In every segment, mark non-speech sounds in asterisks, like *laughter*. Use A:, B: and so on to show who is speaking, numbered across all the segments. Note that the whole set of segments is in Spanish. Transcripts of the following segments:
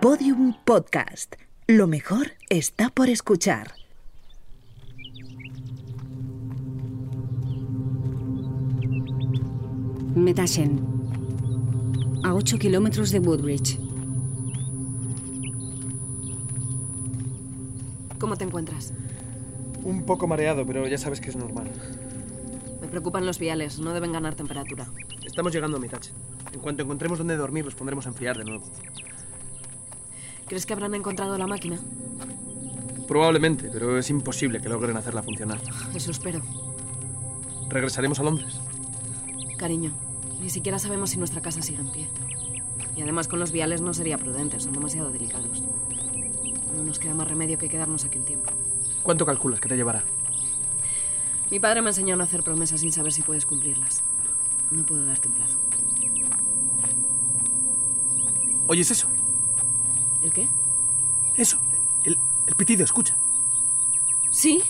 A: Podium Podcast. Lo mejor está por escuchar.
B: Metashen. A 8 kilómetros de Woodbridge.
C: ¿Cómo te encuentras?
D: Un poco mareado, pero ya sabes que es normal.
C: Me preocupan los viales, no deben ganar temperatura.
D: Estamos llegando a Mitache. En cuanto encontremos dónde dormir, los pondremos a enfriar de nuevo.
C: ¿Crees que habrán encontrado la máquina?
D: Probablemente, pero es imposible que logren hacerla funcionar.
C: Eso espero.
D: Regresaremos a Londres.
C: Cariño, ni siquiera sabemos si nuestra casa sigue en pie. Y además con los viales no sería prudente, son demasiado delicados. No nos queda más remedio que quedarnos aquí un tiempo.
D: ¿Cuánto calculas que te llevará?
C: Mi padre me enseñó a no hacer promesas sin saber si puedes cumplirlas. No puedo darte un plazo.
D: ¿Oyes eso?
C: ¿El qué?
D: Eso. El, el pitido, escucha.
C: ¿Sí?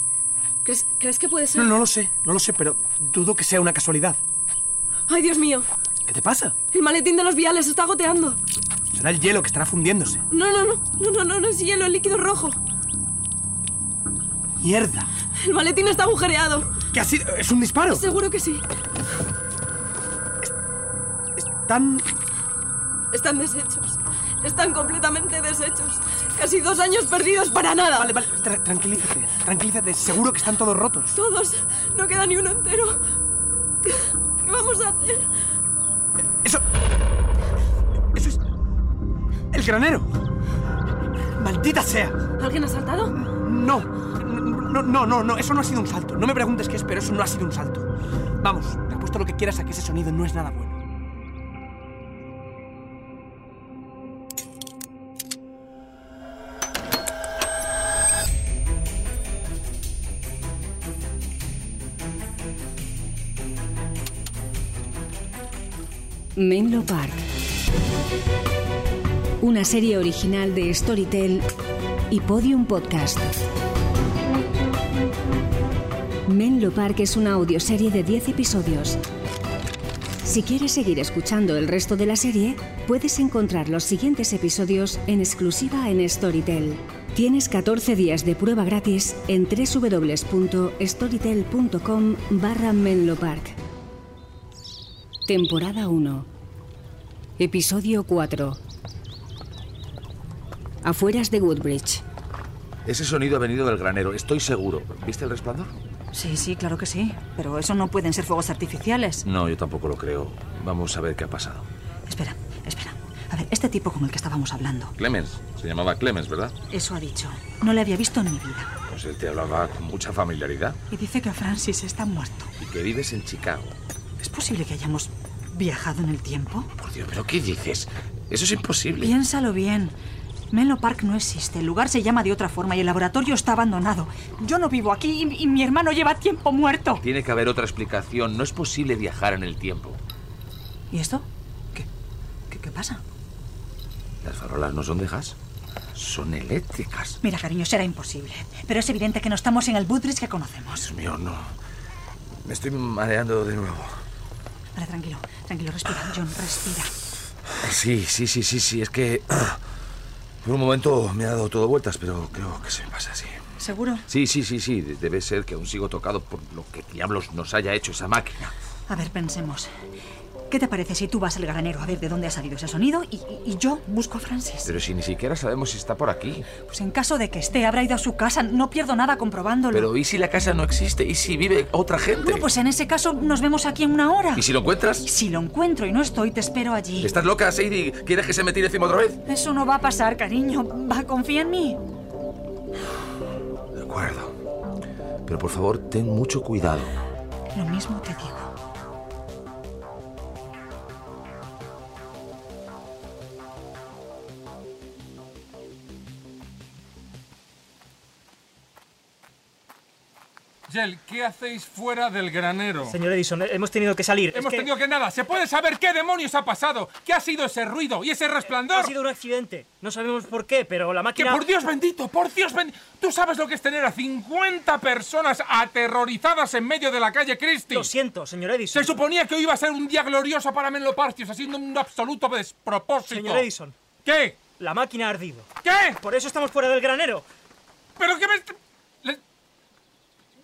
C: ¿Crees, crees que puede ser?
D: No, no lo sé, no lo sé, pero dudo que sea una casualidad.
C: ¡Ay, Dios mío!
D: ¿Qué te pasa?
C: El maletín de los viales está goteando.
D: Será el hielo que estará fundiéndose.
C: No, no, no, no, no, no, no es hielo, el líquido rojo.
D: ¡Mierda!
C: El maletín está agujereado.
D: ¿Qué ha sido? ¿Es un disparo?
C: Seguro que sí.
D: Están...
C: Están deshechos. Están completamente deshechos. Casi dos años perdidos para nada.
D: Vale, vale, tra- tranquilízate, tranquilízate. Seguro que están todos rotos.
C: Todos. No queda ni uno entero. ¿Qué vamos a hacer?
D: Eso. Eso es. El granero. Maldita sea.
C: ¿Alguien ha saltado?
D: No. No, no, no, no. Eso no ha sido un salto. No me preguntes qué es, pero eso no ha sido un salto. Vamos, te apuesto lo que quieras a que ese sonido no es nada bueno.
B: Menlo Park. Una serie original de Storytel y Podium Podcast. Menlo Park es una audioserie de 10 episodios. Si quieres seguir escuchando el resto de la serie, puedes encontrar los siguientes episodios en exclusiva en Storytel. Tienes 14 días de prueba gratis en www.storytel.com barra Menlo Park. Temporada 1. Episodio 4. Afueras de Woodbridge.
E: Ese sonido ha venido del granero, estoy seguro. ¿Viste el resplandor?
F: Sí, sí, claro que sí. Pero eso no pueden ser fuegos artificiales.
E: No, yo tampoco lo creo. Vamos a ver qué ha pasado.
F: Espera, espera. A ver, este tipo con el que estábamos hablando.
E: Clemens, se llamaba Clemens, ¿verdad?
F: Eso ha dicho. No le había visto en mi vida.
E: Pues él te hablaba con mucha familiaridad
F: Y dice que Francis está muerto.
E: y que vives en Chicago.
F: ¿Es posible que hayamos viajado en el tiempo?
E: Por Dios, ¿pero qué dices? Eso es imposible.
F: Piénsalo bien. Menlo Park no existe. El lugar se llama de otra forma y el laboratorio está abandonado. Yo no vivo aquí y, y mi hermano lleva tiempo muerto.
E: Tiene que haber otra explicación. No es posible viajar en el tiempo.
F: ¿Y esto? ¿Qué, qué, qué pasa?
E: Las farolas no son de gas, son eléctricas.
F: Mira, cariño, será imposible. Pero es evidente que no estamos en el Woodbridge que conocemos.
E: Dios mío, no. Me estoy mareando de nuevo.
F: Vale, tranquilo, tranquilo, respira, John, respira.
E: Sí, sí, sí, sí, sí. Es que. *clears throat* ah, Por un momento me ha dado todo vueltas, pero creo que se me pasa así.
F: ¿Seguro?
E: Sí, sí, sí, sí. de- Debe ser que aún sigo tocado por lo que diablos nos haya hecho esa máquina.
F: A ver, pensemos. ¿Qué te parece si tú vas al granero a ver de dónde ha salido ese sonido y, y- y yo busco a Francis?
E: Pero si ni siquiera sabemos si está por aquí.
F: Pues en caso de que esté, habrá ido a su casa. No pierdo nada comprobándolo.
E: Pero ¿y si la casa no existe? ¿Y si vive otra gente?
F: Bueno, pues en ese caso nos vemos aquí en una hora.
E: ¿Y si lo encuentras?
F: Si lo encuentro y no estoy, te espero allí.
E: ¿Estás loca, Sadie? ¿Quieres que se me tire encima otra vez?
F: Eso no va a pasar, cariño. Va, confía en mí.
E: De acuerdo. Pero por favor, ten mucho cuidado.
F: Lo mismo te digo.
G: Yel, ¿qué hacéis fuera del granero?
H: Señor Edison, he- hemos tenido que salir.
G: Hemos
H: Es que
G: tenido que nada. ¿Se puede saber qué demonios ha pasado? ¿Qué ha sido ese ruido y ese resplandor?
H: Ha sido un accidente. No sabemos por qué, pero la
G: Que
H: máquina.
G: por Dios bendito, por Dios bendito. Tú sabes lo que es tener a 50 personas aterrorizadas en medio de la calle Christie.
H: Lo siento, señor Edison.
G: Se suponía que hoy iba a ser un día glorioso para Menlo Park, y os ha sido un absoluto despropósito.
H: Señor Edison.
G: ¿Qué?
H: La máquina ha ardido.
G: ¿Qué?
H: Por eso estamos fuera del granero.
G: ¿Pero qué me... est- le-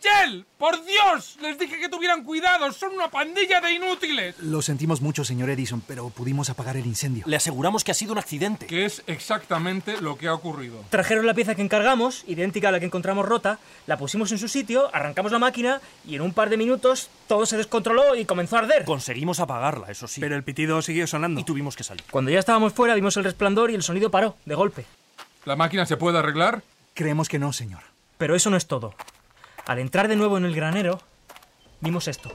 G: ¡Yel! ¡Por Dios! Les dije que tuvieran cuidado. Son una pandilla de inútiles.
I: Lo sentimos mucho, señor Edison, pero pudimos apagar el incendio.
J: Le aseguramos que ha sido un accidente.
G: Que es exactamente lo que ha ocurrido.
H: Trajeron la pieza que encargamos, idéntica a la que encontramos rota, la pusimos en su sitio, arrancamos la máquina y en un par de minutos todo se descontroló y comenzó a arder.
J: Conseguimos apagarla, eso sí.
K: Pero el pitido siguió sonando.
J: Y tuvimos que salir.
H: Cuando ya estábamos fuera vimos el resplandor y el sonido paró, de golpe.
G: ¿La máquina se puede arreglar?
I: Creemos que no, señor.
H: Pero eso no es todo. Al entrar de nuevo en el granero, vimos esto.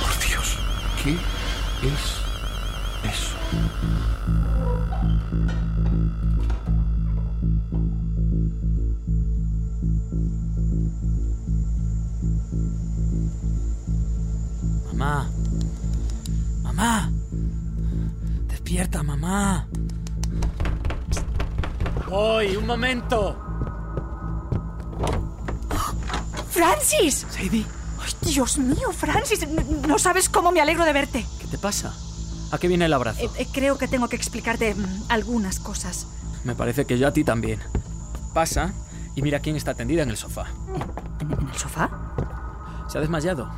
E: Por Dios, ¿qué es eso?
J: Mamá. Mamá. Despierta, mamá. Voy, un momento.
F: ¡Francis!
J: Sadie,
F: ¡Ay, Dios mío, Francis! n- No sabes cómo me alegro de verte.
J: ¿qué te pasa? ¿A qué viene el abrazo?
F: Eh, eh, creo que tengo que explicarte mm, algunas cosas.
J: Me parece que yo a ti también. Pasa y mira quién está tendida en el sofá.
F: ¿En, en el sofá?
J: Se ha desmayado.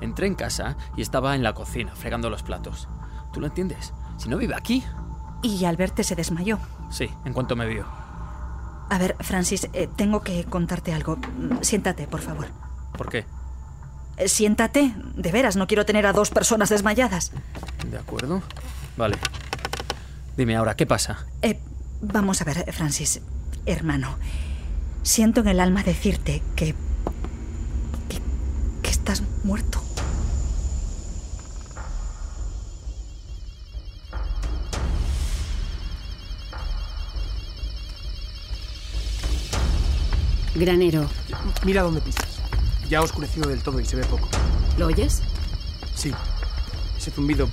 J: Entré en casa y estaba en la cocina, fregando los platos. ¿Tú lo entiendes? Si no vive aquí.
F: Y al verte se desmayó.
J: Sí, en cuanto me vio.
F: A ver, Francis, eh, tengo que contarte algo. Mm, Siéntate, por favor.
J: ¿Por qué?
F: Eh, Siéntate, de veras, no quiero tener a dos personas desmayadas.
J: ¿De acuerdo? Vale. Dime ahora, ¿qué pasa?
F: Eh, vamos a ver, eh, Francis, hermano. Siento en el alma decirte que. que, que estás muerto.
B: Granero.
D: Mira dónde pisas. Ya ha oscurecido del todo y se ve poco.
C: ¿Lo oyes?
D: Sí. Ese zumbido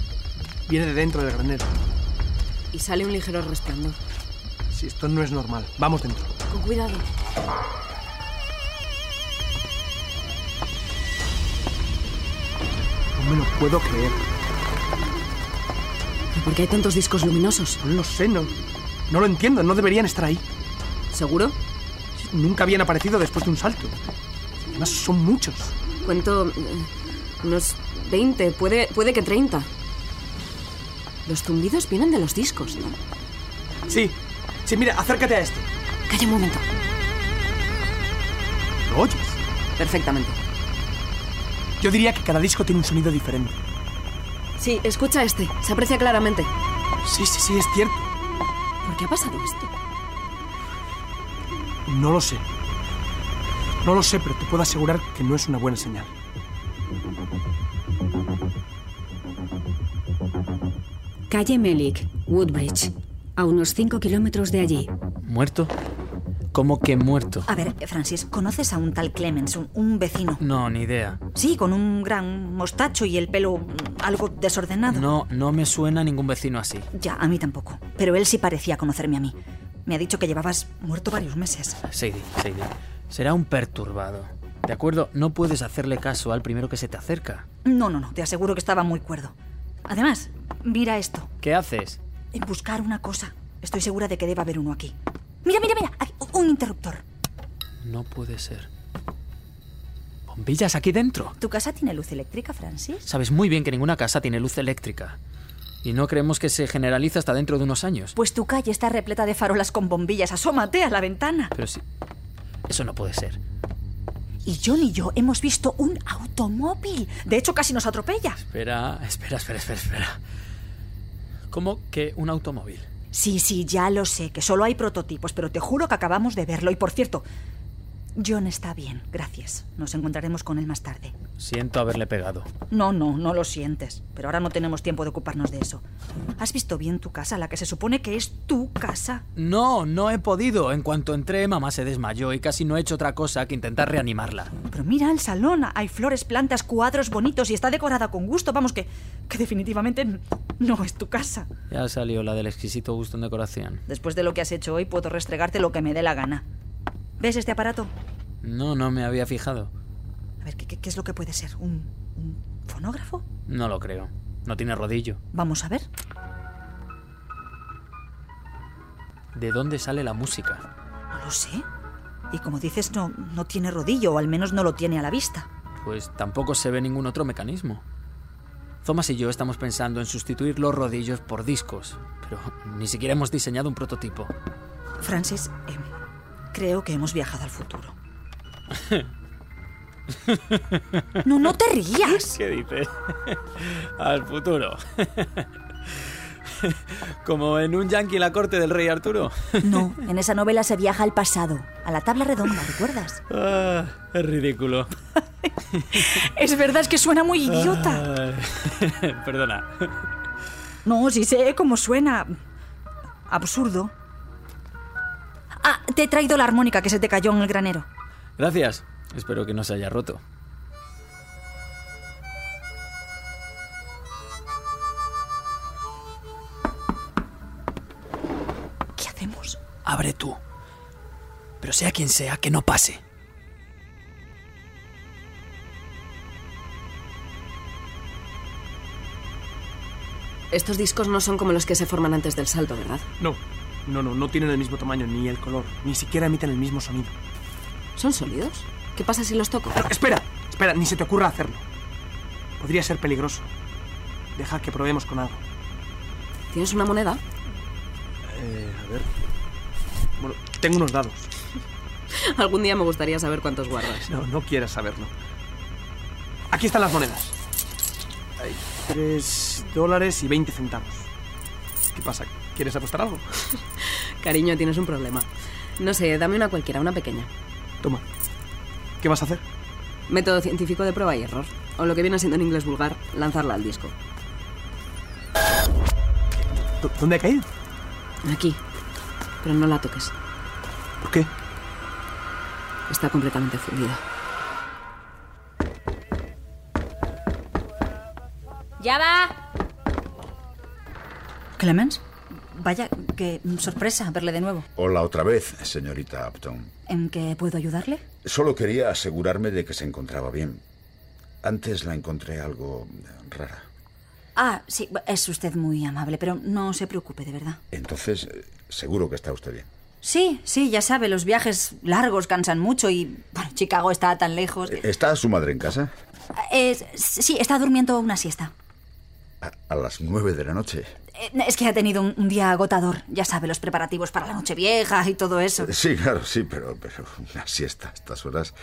D: viene de dentro del granero.
C: Y sale un ligero resplandor.
D: Si esto no es normal, vamos dentro.
C: Con cuidado.
D: No me lo puedo creer.
C: ¿Por qué hay tantos discos luminosos?
D: No lo sé, no, no lo entiendo. No deberían estar ahí.
C: ¿Seguro?
D: Nunca habían aparecido después de un salto. Además, son muchos.
C: Cuento eh, unos 20, puede, puede que 30. Los zumbidos vienen de los discos, ¿no?
D: Sí. Sí, mira, acércate a este.
C: Calla un momento.
D: ¿Lo oyes?
C: Perfectamente.
D: Yo diría que cada disco tiene un sonido diferente.
C: Sí, escucha este. Se aprecia claramente.
D: Sí, sí, sí, es cierto.
C: ¿Por qué ha pasado esto?
D: No lo sé. No lo sé, pero te puedo asegurar que no es una buena señal.
B: Calle Melick, Woodbridge. A unos 5 kilómetros de allí.
J: ¿Muerto? ¿Cómo que muerto?
F: A ver, eh, Francis, ¿conoces a un tal Clemens, un, un vecino?
J: No, ni idea.
F: Sí, con un gran mostacho y el pelo mm, algo desordenado.
J: No, no me suena ningún vecino así.
F: Ya, a mí tampoco. Pero él sí parecía conocerme a mí. Me ha dicho que llevabas muerto varios meses.
J: Sadie, Sadie. Será un perturbado. ¿De acuerdo? No puedes hacerle caso al primero que se te acerca.
F: No, no, no, te aseguro que estaba muy cuerdo. Además, mira esto.
J: ¿Qué haces?
F: En buscar una cosa. Estoy segura de que debe haber uno aquí. Mira, mira, mira. Hay un interruptor.
J: No puede ser. ¿Bombillas aquí dentro?
F: ¿Tu casa tiene luz eléctrica, Francis?
J: Sabes muy bien que ninguna casa tiene luz eléctrica. Y no creemos que se generalice hasta dentro de unos años.
F: Pues tu calle está repleta de farolas con bombillas. Asómate a la ventana.
J: Pero sí. Eso no puede ser.
F: Y John y yo hemos visto un automóvil. De hecho, casi nos atropella.
J: Espera, espera, espera, espera, espera. ¿Cómo que un automóvil?
F: Sí, sí, ya lo sé, que solo hay prototipos, pero te juro que acabamos de verlo. Y por cierto, John está bien, gracias. Nos encontraremos con él más tarde.
J: Siento haberle pegado.
F: No, no, no lo sientes, pero ahora no tenemos tiempo de ocuparnos de eso. ¿Has visto bien tu casa, la que se supone que es tu casa?
J: No, no he podido. En cuanto entré, mamá se desmayó y casi no he hecho otra cosa que intentar reanimarla.
F: Pero mira el salón, hay flores, plantas, cuadros bonitos y está decorada con gusto. Vamos, que, que definitivamente no es tu casa.
J: Ya salió la del exquisito gusto en decoración.
F: Después de lo que has hecho hoy, puedo restregarte lo que me dé la gana. ¿Ves este aparato?
J: No, no me había fijado.
F: A ver, ¿qué, qué- qué es lo que puede ser? ¿Un, un fonógrafo? fonógrafo?
J: No lo creo. No tiene rodillo.
F: Vamos a ver.
J: ¿De dónde sale la música?
F: No lo sé. Y como dices, no, no tiene rodillo, o al menos no lo tiene a la vista.
J: Pues tampoco se ve ningún otro mecanismo. Thomas y yo estamos pensando en sustituir los rodillos por discos, pero ni siquiera hemos diseñado un prototipo.
F: Francis, eh, creo que hemos viajado al *laughs* futuro. No, no te rías.
J: ¿Qué dices? Al futuro. Como en un yankee en la corte del rey Arturo.
K: No, en esa novela se viaja al pasado, a la tabla redonda, ¿recuerdas?
J: Ah, es ridículo.
F: Es verdad, es que suena muy idiota.
J: Ay, Ah, *laughs* Perdona.
F: No, sí sé cómo suena. Absurdo. Ah, te he traído la armónica que se te cayó en el granero.
J: Gracias. Espero que no se haya roto.
F: ¿Qué hacemos?
J: Abre tú. Pero sea quien sea, que no pase.
C: Estos discos no son como los que se forman antes del salto, ¿verdad?
D: No, no, no, no tienen el mismo tamaño ni el color, ni siquiera emiten el mismo sonido.
C: ¿Son sólidos? ¿Qué pasa si los toco?
D: No, espera, espera, ni se te ocurra hacerlo. Podría ser peligroso. Deja que probemos con algo.
C: ¿Tienes una moneda? *laughs*
D: Eh, a ver. Bueno, tengo unos dados.
C: Algún día me gustaría saber cuántos guardas.
D: No, no quieras saberlo. Aquí están las monedas. Hay 3 dólares y 20 centavos. ¿Qué pasa? ¿Quieres apostar algo?
C: Cariño, tienes un problema. No sé, dame una cualquiera, una pequeña.
D: Toma. ¿Qué vas a hacer?
C: Método científico de prueba y error. O lo que viene siendo en inglés vulgar, lanzarla al disco.
D: ¿Dó- ¿Dónde ha caído?
C: Aquí. Pero no la toques.
D: ¿Por qué?
C: Está completamente fundida.
K: ¡Ya va!
F: Clemens, vaya, qué sorpresa verle de nuevo.
L: Hola otra vez, señorita Upton.
F: ¿En qué puedo ayudarle?
L: Solo quería asegurarme de que se encontraba bien. Antes la encontré algo rara.
F: Ah, sí, es usted muy amable, pero no se preocupe, de verdad.
L: Entonces, eh, seguro que está usted bien.
F: Sí, sí, ya sabe, los viajes largos cansan mucho y bueno, Chicago está tan lejos.
L: ¿Está su madre en casa?
F: Es- sí, está durmiendo una siesta.
L: A, a las nueve de la noche.
F: Eh, Es que ha tenido un, un día agotador, ya sabe, los preparativos para la noche vieja y todo eso.
L: Sí, claro, sí, pero, pero una siesta a estas horas.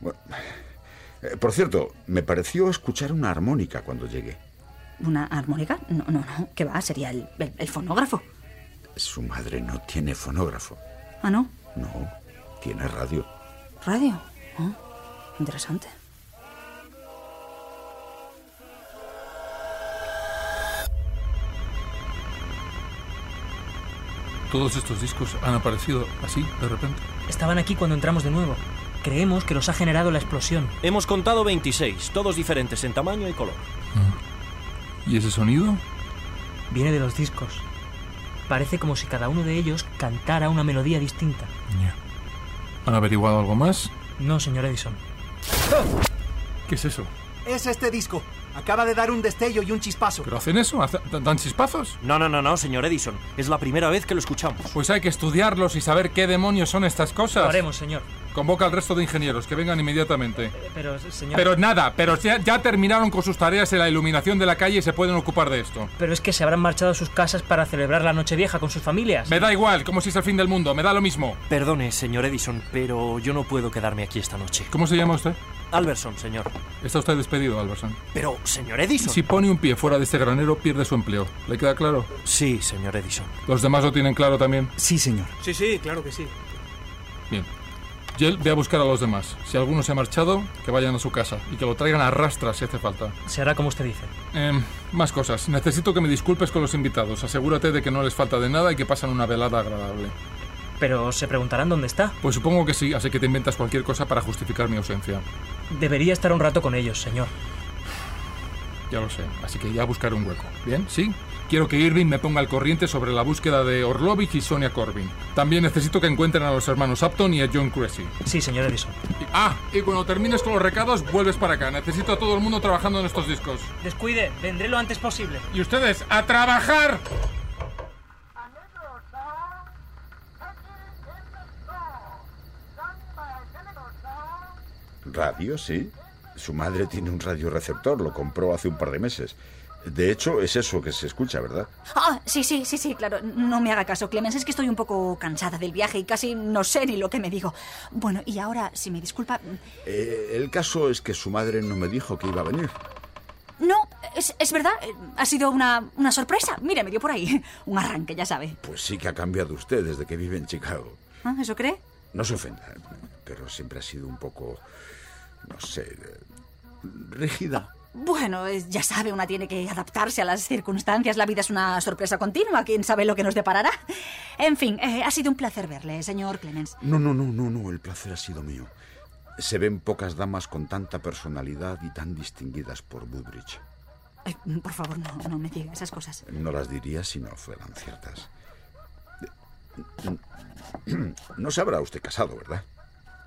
L: Bueno, eh, por cierto, me pareció escuchar una armónica cuando llegué.
F: ¿Una armónica? No, no, no, ¿qué va? Sería el, el- el fonógrafo.
L: Su madre no tiene fonógrafo.
F: Ah, no,
L: No, tiene radio.
F: radio. Ah, interesante.
G: Todos estos discos han aparecido así, de repente.
H: Estaban aquí cuando entramos de nuevo. Creemos que los ha generado la explosión.
M: Hemos contado 26, todos diferentes en tamaño y color.
G: ¿Y ese sonido?
H: Viene de los discos. Parece como si cada uno de ellos cantara una melodía distinta.
G: ¿Han averiguado algo más?
H: No, señor Edison.
G: ¿Qué es eso?
I: Es este disco. Acaba de dar un destello y un chispazo.
G: ¿Pero hacen eso? ¿Hace- ¿Dan chispazos?
M: No, no, no, no, señor Edison. Es la primera vez que lo escuchamos.
G: Pues hay que estudiarlos y saber qué demonios son estas cosas.
H: Lo haremos, señor.
G: Convoca al resto de ingenieros, que vengan inmediatamente.
H: Pero, señor.
G: Pero nada, pero ya, ya terminaron con sus tareas en la iluminación de la calle y se pueden ocupar de esto.
H: Pero es que se habrán marchado a sus casas para celebrar la Nochevieja con sus familias.
G: Me da igual, como si es el fin del mundo, me da lo mismo.
M: Perdone, señor Edison, pero yo no puedo quedarme aquí esta noche.
G: ¿Cómo se llama usted?
M: Alberson, señor.
G: Está usted despedido, Alberson.
M: Pero, señor Edison.
G: Si pone un pie fuera de este granero, pierde su empleo. ¿Le queda claro?
M: Sí, señor Edison.
G: ¿Los demás lo tienen claro también?
I: Sí, señor.
D: Sí, sí, claro que sí.
G: Bien. Jill, ve a buscar a los demás. Si alguno se ha marchado, que vayan a su casa y que lo traigan a rastras si hace falta.
H: Se hará como usted dice.
G: Em, más cosas. Necesito que me disculpes con los invitados. Asegúrate de que no les falta de nada y que pasan una velada agradable.
H: Pero se preguntarán dónde está.
G: Pues supongo que sí, así que te inventas cualquier cosa para justificar mi ausencia.
H: Debería estar un rato con ellos, señor.
G: ya lo sé. Así que ya buscaré un hueco. ¿Bien? ¿Sí? Quiero que Irving me ponga al corriente sobre la búsqueda de Orlovich y Sonia Corbin. También necesito que encuentren a los hermanos Upton y a John Cressy.
H: Sí, señor Edison.
G: Ah, y cuando termines con los recados, vuelves para acá. Necesito a todo el mundo trabajando en estos discos.
H: Descuide, vendré lo antes posible.
G: Y ustedes, ¡a trabajar!
L: Radio, sí. Su madre tiene un radioreceptor, lo compró hace un par de meses. De hecho, es eso que se escucha, ¿verdad?
F: Ah, sí, sí, sí, sí, claro. No me haga caso, Clemens. Es que estoy un poco cansada del viaje y casi no sé ni lo que me digo. Bueno, y ahora, si me disculpa.
L: Eh, el caso es que su madre no me dijo que iba a venir.
F: No, es, es verdad. eh, Ha sido una, una sorpresa. Mire, me dio por ahí. *laughs* Un arranque, ya sabe.
L: Pues sí que ha cambiado usted desde que vive en Chicago.
F: ¿Ah, ¿Eso cree?
L: No se ofenda, ¿eh? pero siempre ha sido un poco, no sé, eh, rígida.
F: Bueno, es- ya sabe, una tiene que adaptarse a las circunstancias. La vida es una sorpresa continua. ¿Quién sabe lo que nos deparará? En fin, eh, ha sido un placer verle, señor Clemens.
L: No, no, no, no, no, el placer ha sido mío. Se ven pocas damas con tanta personalidad y tan distinguidas por Woodbridge.
F: Ay, por favor, no, no me diga esas cosas.
L: No las diría si no fueran ciertas. No se habrá usted casado, ¿verdad?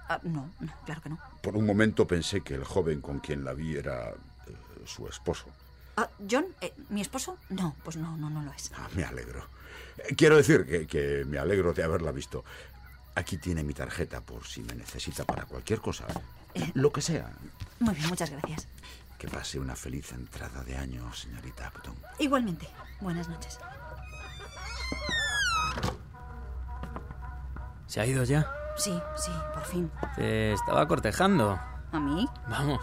F: Ah, no, no, claro que no.
L: Por un momento pensé que el joven con quien la vi era eh, su esposo.
F: Ah, ¿John? eh, ¿Mi esposo? No, pues no, no, no lo es.
L: Me alegro. Eh, Quiero decir que, que me alegro de haberla visto. Aquí tiene mi tarjeta por si me necesita para cualquier cosa. Lo que sea.
F: Muy bien, muchas gracias.
L: Que pase una feliz entrada de año, señorita Upton.
F: Igualmente, buenas noches.
J: ¿Se ha ido ya?
F: Sí, sí, por fin.
J: Te estaba cortejando.
F: ¿A mí?
J: Vamos,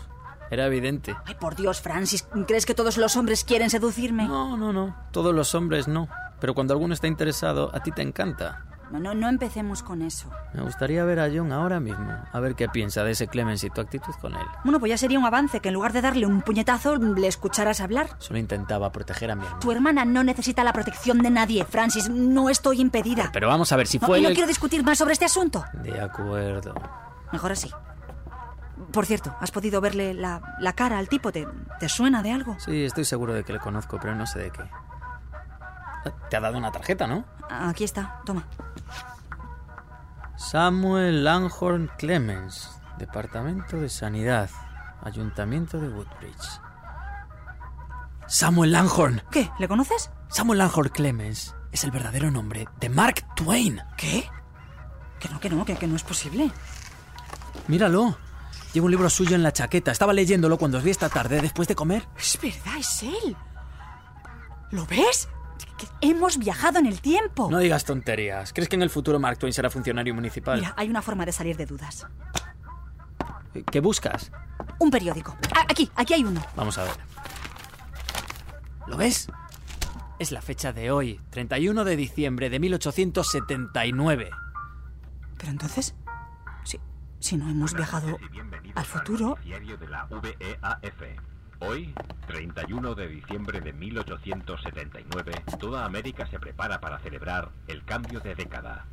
J: era evidente.
F: Ay, por Dios, Francis, ¿crees que todos los hombres quieren seducirme?
J: No, no, no. Todos los hombres no. Pero cuando alguno está interesado, a ti te encanta.
F: No, no empecemos con eso.
J: Me gustaría ver a John ahora mismo, a ver qué piensa de ese Clemens y tu actitud con él.
F: Bueno, pues ya sería un avance que en lugar de darle un puñetazo le escucharas hablar.
J: Solo intentaba proteger a mi hermano.
F: Tu hermana no necesita la protección de nadie, Francis. No estoy impedida.
J: Pero vamos a ver si
F: No,
J: fue
F: y no
J: él-
F: quiero discutir más sobre este asunto.
J: De acuerdo.
F: Mejor así. Por cierto, ¿has podido verle la, la cara al tipo? ¿Te, ¿Te suena de algo?
J: Sí, estoy seguro de que le conozco, pero no sé de qué. Ah, Te ha dado una tarjeta, ¿no?
F: Ah, Aquí está, toma.
J: Samuel Langhorn Clemens, Departamento de Sanidad, Ayuntamiento de Woodbridge. Samuel Langhorn.
F: ¿Qué? ¿Le conoces?
J: Samuel Langhorn Clemens es el verdadero nombre de Mark Twain.
F: ¿Qué? Que no, que no, que, que no es posible.
J: Míralo. Lleva un libro suyo en la chaqueta. Estaba leyéndolo cuando os vi esta tarde después de comer.
F: Es verdad, es él. ¿Lo ves? Que hemos viajado en el tiempo.
J: No digas tonterías. ¿Crees que en el futuro Mark Twain será funcionario municipal?
F: Mira, hay una forma de salir de dudas.
J: ¿Qué buscas?
F: Un periódico. A- Aquí, aquí hay uno.
J: Vamos a ver. ¿Lo ves? Es la fecha de hoy, 31 de diciembre de 1879.
F: Pero entonces, si, si no hemos viajado al futuro,
N: Diario de la VEAF. Hoy, 31 de diciembre de 1879, toda América se prepara para celebrar el cambio de década.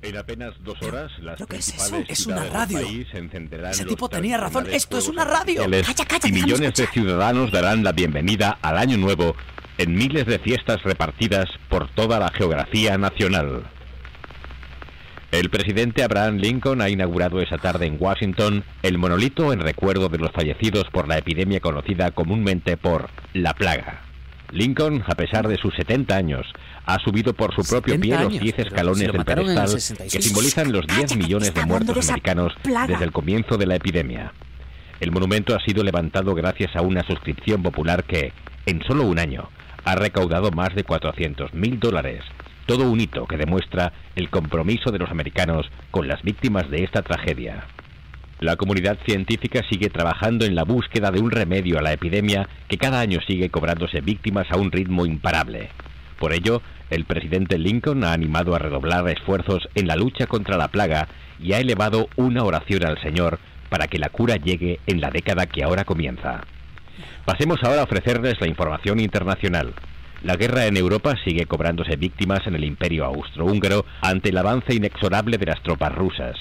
N: En apenas dos horas, las
J: ¿Pero qué es eso?
N: principales
J: Es una
N: ciudades
J: radio.
N: del país encenderán
J: Ese
N: los
J: tipo tenía razón.
N: tradicionales
J: Esto es
N: fuegos
J: una radio.
N: artificiales y millones de ciudadanos darán la bienvenida al Año Nuevo en miles de fiestas repartidas por toda la geografía nacional. El presidente Abraham Lincoln ha inaugurado esa tarde en Washington el monolito en recuerdo de los fallecidos por la epidemia conocida comúnmente por la plaga. Lincoln, a pesar de sus 70 años, ha subido por su propio pie
J: 70
N: los
J: años,
N: 10
J: pero si
N: escalones
J: lo
N: del
J: mataron en el
N: pedestal
J: 66.
N: que simbolizan los 10 millones de muertos americanos
J: plaga.
N: desde el comienzo de la epidemia. El monumento ha sido levantado gracias a una suscripción popular que, en solo un año, ha recaudado más de 400.000 dólares. Todo un hito que demuestra el compromiso de los americanos con las víctimas de esta tragedia. La comunidad científica sigue trabajando en la búsqueda de un remedio a la epidemia que cada año sigue cobrándose víctimas a un ritmo imparable. Por ello, el presidente Lincoln ha animado a redoblar esfuerzos en la lucha contra la plaga y ha elevado una oración al Señor para que la cura llegue en la década que ahora comienza. Pasemos ahora a ofrecerles la información internacional. La guerra en Europa sigue cobrándose víctimas en el imperio austrohúngaro ante el avance inexorable de las tropas rusas.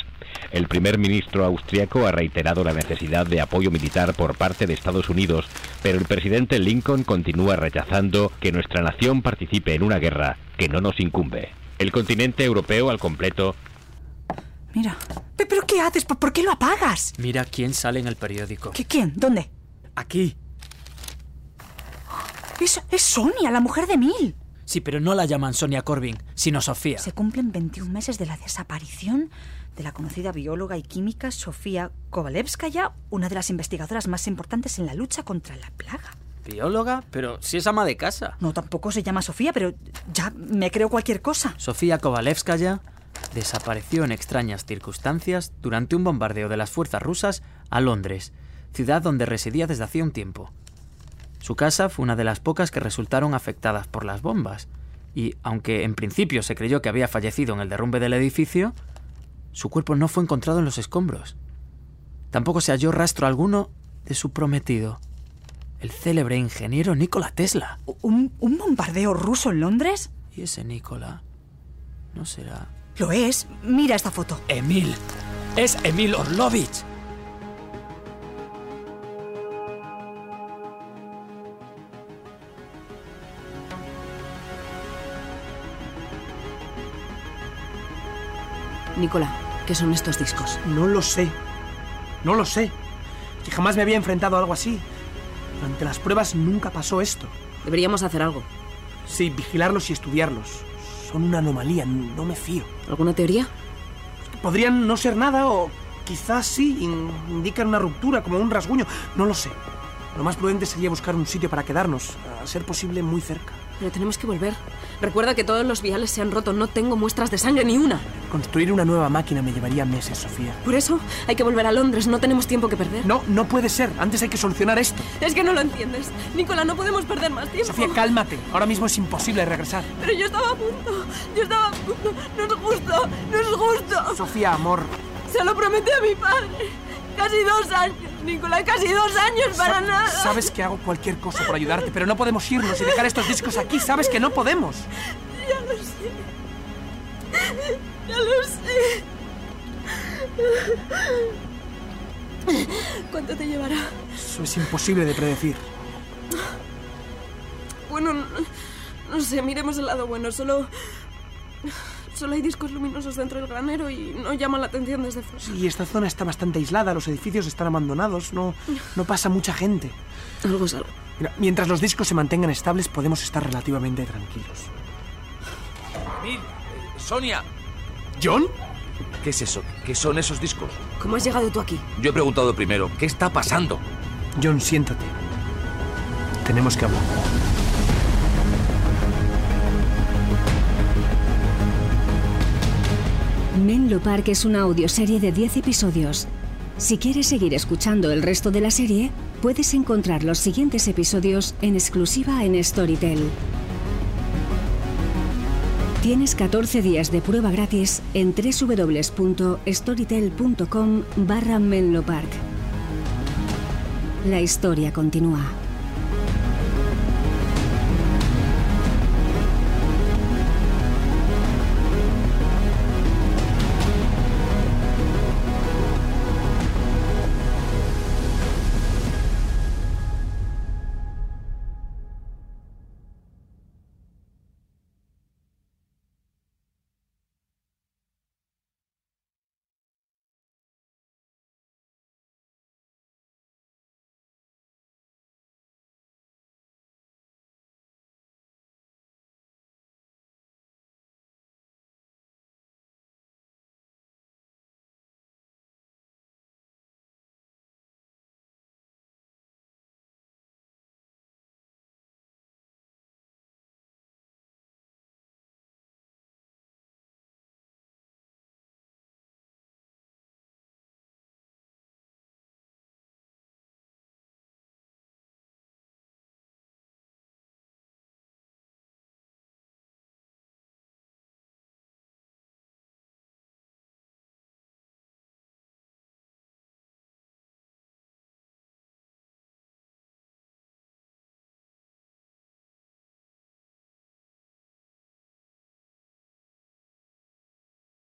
N: El primer ministro austriaco ha reiterado la necesidad de apoyo militar por parte de Estados Unidos, pero el presidente Lincoln continúa rechazando que nuestra nación participe en una guerra que no nos incumbe. El continente europeo al completo
F: Mira. Pe- ¿Pero qué haces? ¿Por por qué lo apagas?
J: Mira quién sale en el periódico.
F: ¿Qué, ¿Quién? ¿Dónde?
J: Aquí.
F: Es, es Sonia, la mujer de Mil.
J: Sí, pero no la llaman Sonia Corbin, sino Sofía.
F: Se cumplen 21 meses de la desaparición de la conocida bióloga y química Sofía Kovalevskaya, una de las investigadoras más importantes en la lucha contra la plaga.
J: Bióloga, pero si es ama de casa.
F: No, tampoco se llama Sofía, pero ya me creo cualquier cosa.
J: Sofía Kovalevskaya desapareció en extrañas circunstancias durante un bombardeo de las fuerzas rusas a Londres, ciudad donde residía desde hacía un tiempo. Su casa fue una de las pocas que resultaron afectadas por las bombas, y aunque en principio se creyó que había fallecido en el derrumbe del edificio, su cuerpo no fue encontrado en los escombros. Tampoco se halló rastro alguno de su prometido, el célebre ingeniero Nikola Tesla.
F: ¿Un, un bombardeo ruso en Londres?
J: ¿Y ese Nikola? ¿No será
F: Lo es. Mira esta foto.
J: Emil. Es Emil Orlovich.
C: Nicola, ¿qué son estos discos?
D: No lo sé. No lo sé. Que jamás me había enfrentado a algo así. Durante las pruebas nunca pasó esto.
C: Deberíamos hacer algo.
D: Sí, vigilarlos y estudiarlos. Son una anomalía, no me fío.
C: ¿Alguna teoría?
D: Podrían no ser nada o quizás sí in- indican una ruptura, como un rasguño. No lo sé. Lo más prudente sería buscar un sitio para quedarnos, a ser posible muy cerca.
C: Pero tenemos que volver. Recuerda que todos los viales se han roto. No tengo muestras de sangre ni una.
D: Construir una nueva máquina me llevaría meses, Sofía.
C: Por eso hay que volver a Londres. No tenemos tiempo que perder.
D: No, no puede ser. Antes hay que solucionar esto.
C: Es que no lo entiendes. Nicola, no podemos perder más tiempo.
D: Sofía, cálmate. Ahora mismo es imposible regresar.
C: Pero yo estaba a punto. Yo estaba a punto. No es justo. No es justo.
D: Sofía, amor.
C: Se lo prometí a mi padre. Casi dos años, Nicola. Casi dos años para
D: Sa-
C: nada.
D: Sabes que hago cualquier cosa por ayudarte, pero no podemos irnos y dejar estos discos aquí. Sabes que no podemos.
C: Ya lo sé. Ya lo sé. ¿Cuánto te llevará?
D: Eso es imposible de predecir.
C: Bueno, no, no sé, miremos el lado bueno. Solo. Solo hay discos luminosos dentro del granero y no llama la atención desde fuera.
D: Sí, esta zona está bastante aislada, los edificios están abandonados, no, no pasa mucha gente.
C: Algo es algo.
D: Mira, mientras los discos se mantengan estables, podemos estar relativamente tranquilos.
E: Emil, eh, Sonia.
D: ¿John?
E: ¿Qué es eso? ¿Qué son esos discos?
C: ¿Cómo has llegado tú aquí?
E: Yo he preguntado primero, ¿qué está pasando?
D: John, siéntate. Tenemos que hablar.
B: Menlo Park es una audioserie de 10 episodios. Si quieres seguir escuchando el resto de la serie, puedes encontrar los siguientes episodios en exclusiva en Storytel. Tienes 14 días de prueba gratis en www.storytel.com barra Menlo Park. La historia continúa.